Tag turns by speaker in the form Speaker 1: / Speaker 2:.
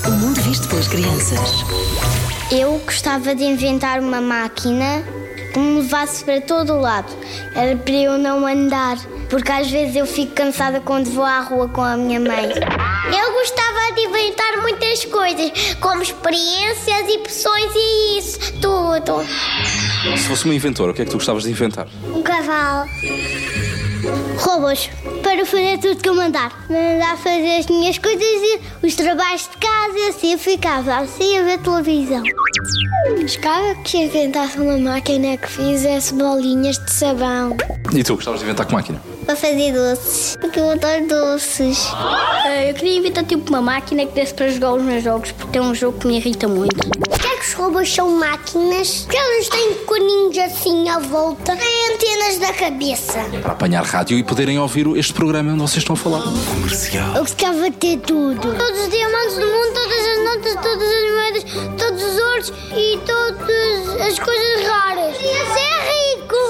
Speaker 1: é
Speaker 2: crianças.
Speaker 1: Eu gostava de inventar uma máquina que me levasse para todo o lado. Era para eu não andar, porque às vezes eu fico cansada quando vou à rua com a minha mãe. Eu gostava de inventar muitas coisas, como experiências e poções e isso tudo.
Speaker 3: Se fosse uma inventora, o que é que tu gostavas de inventar?
Speaker 1: Um cavalo. Robôs. Para fazer tudo que eu mandar. Mandar fazer as minhas coisas e os trabalhos de casa e assim eu ficava assim a ver televisão. Buscava que inventasse uma máquina que fizesse bolinhas de sabão.
Speaker 3: E tu gostavas de inventar que máquina?
Speaker 1: Para fazer doces. Porque eu adoro doces. eu queria inventar tipo uma máquina que desse para jogar os meus jogos, porque é um jogo que me irrita muito. Porquê é que os robôs são máquinas? Porque eles têm coninhos assim à volta e antenas da cabeça.
Speaker 3: Para apanhar rádio e poderem ouvir este programa onde vocês estão a falar.
Speaker 1: Eu gostava de ter tudo. Todos os diamantes do mundo, todas as notas, todas as moedas, todos os ouros e todas as coisas raras. Queria ser é rico!